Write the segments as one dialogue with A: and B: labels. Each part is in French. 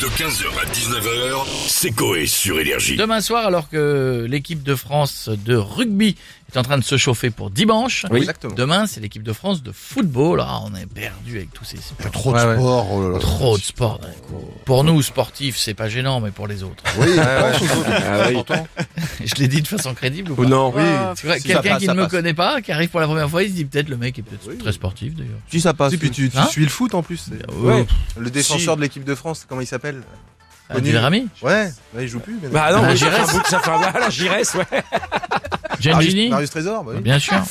A: De 15h à 19h, c'est Coé sur Énergie.
B: Demain soir, alors que l'équipe de France de rugby est en train de se chauffer pour dimanche,
C: Oui. Exactement.
B: demain c'est l'équipe de France de football. Ah, on est perdu avec tous ces sports.
D: Trop de
C: Ouais, ouais.
D: sport. oh là là.
B: Trop de sports. d'un coup. Pour nous, sportifs, c'est pas gênant, mais pour les autres. Ah
D: Oui,
B: Je l'ai dit de façon crédible ou pas
C: Ou non Oui.
B: C'est vrai,
C: Si, Ah, ça
B: Quelqu'un
C: passe,
B: qui
C: ça
B: ne me
C: passe.
B: connaît pas, qui arrive pour la première fois, il se dit peut-être le mec est peut-être très sportif d'ailleurs.
C: Si ça passe.
D: Et puis tu, tu
B: Hein
D: suis le foot en plus. c'est-
B: Ouais.
D: Le défenseur de l'équipe de France, comment il s'appelle Connu.
B: Abdelrahmi
D: Ouais, ouais, il joue plus. maintenant.
C: Bah non,
B: Ah,
C: mais ça
B: Giresse.
C: fait un bout que ça fait un- voilà, Giresse, ouais.
D: Marius,
B: Gengini
D: Marius Trésor, bah oui.
B: Bien sûr.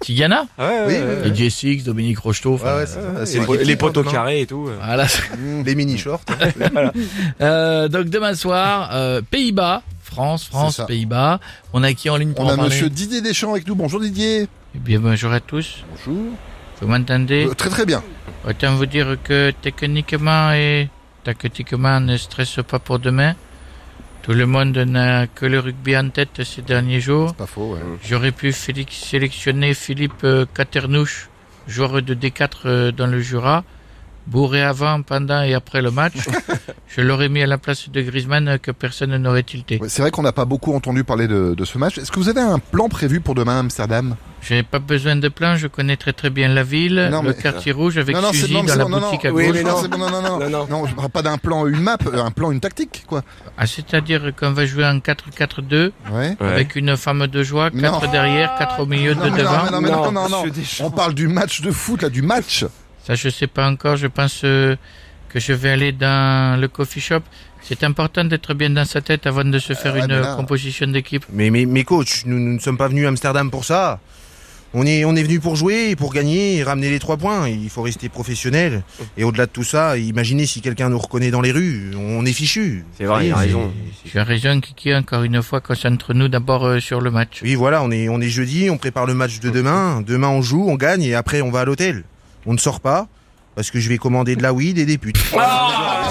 B: Tigana
D: Oui,
C: ouais,
D: ouais,
B: Et J6, Dominique Rocheteau.
D: Ouais,
B: enfin,
D: ouais, c'est ça, c'est
C: Les, les
D: l'équipe de France,
C: poteaux
D: non
C: carrés et tout.
B: voilà.
D: Les mini shorts.
B: Euh, donc demain soir, euh, Pays-Bas, France, France,
D: C'est ça.
B: Pays-Bas. On a qui en ligne pour
D: On
B: en
D: a
B: parler
D: monsieur Didier Deschamps avec nous. Bonjour Didier.
B: Eh bien, bonjour à tous.
D: Bonjour. Euh.
B: Vous m'entendez
D: très très bien.
B: Autant vous dire que techniquement et tactiquement, ne stresse pas pour demain. Tout le monde n'a que le rugby en tête ces derniers jours.
D: Pas faux, ouais.
B: J'aurais pu félix- sélectionner Philippe euh, Caternouche, joueur de D4 euh, dans le Jura, bourré avant, pendant et après le match. Je l'aurais mis à la place de Griezmann euh, que personne n'aurait tilté.
D: Ouais, c'est vrai qu'on n'a pas beaucoup entendu parler de, de ce match. Est-ce que vous avez un plan prévu pour demain à Amsterdam
B: Je n'ai pas besoin de plan, je connais très très bien la ville,
D: Non,
B: le
D: mais-
B: quartier rouge avec
D: Non, non, c'est
B: Suzy
D: bon,
B: dans
D: c'est
B: la
D: bon, non, non.
B: boutique à
C: Oui,
B: gauche.
C: mais
D: non,
C: non.
D: c'est bon, non, non, non.
C: Non, non.
D: je parle pas d'un plan, une map, euh, un plan, une tactique, quoi.
B: Ah, C'est-à-dire qu'on va jouer en 4-4-2
D: Ouais.
B: avec une femme de joie,
D: Non.
B: 4 derrière, 4 au milieu,
D: Non,
B: 2
D: mais non,
B: devant.
D: mais Ah non, mais non, non, non.
C: Monsieur Deschamps.
D: On parle du match de foot, là, du match.
B: Ça, je sais pas encore. Je pense euh, que je vais aller dans le coffee shop. C'est important d'être bien dans sa tête avant de se faire
D: Euh, ouais,
B: une
D: mais là-
B: composition d'équipe.
E: Mais, mais, mais coach, nous, nous ne sommes pas venus à Amsterdam pour ça. On est, on est venu pour jouer, pour gagner, et ramener les trois points. Il faut rester professionnel. Et au-delà de tout ça, imaginez si quelqu'un nous reconnaît dans les rues, on est fichu.
C: C'est vrai, il a raison.
B: Tu as raison, Kiki, encore une fois, concentre-nous d'abord euh, sur le match.
E: Oui, voilà, on est, on est jeudi, on prépare le match de demain. Demain, on joue, on gagne, et après, on va à l'hôtel. On ne sort pas, parce que je vais commander de la weed et des putes.
C: Ah,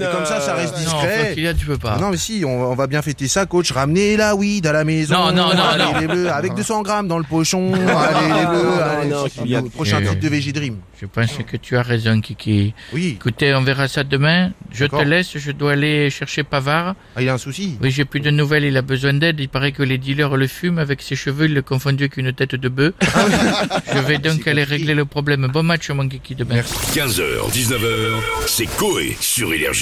E: Et comme ça, ça reste
B: non,
E: discret.
B: Fakila, tu peux pas.
E: Non mais si, on, on va bien fêter ça, coach. Ramenez la weed à la maison.
B: Non, non, non,
E: allez,
B: non.
E: les bleus, avec 200 grammes dans le pochon. allez les bleus,
C: Ah. Non,
E: allez.
C: non,
E: c'est
C: Kylian.
E: le prochain
B: Euh.
E: titre de VG Dream.
B: Je pense que tu as raison, Kiki.
E: Oui,
B: Écoutez, on verra ça demain. Je te
E: D'accord.
B: laisse, je dois aller chercher Pavard.
E: ah, il a un souci.
B: Oui, j'ai plus de nouvelles, il a besoin d'aide. Il paraît que les dealers le fument. Avec ses cheveux, il le confondu avec une tête de bœuf. je vais donc
E: Ah C'est
B: aller
E: compliqué.
B: régler le problème. Bon match, mon Kiki, demain.
A: 15h, 19h, c'est Coé sur Énergie.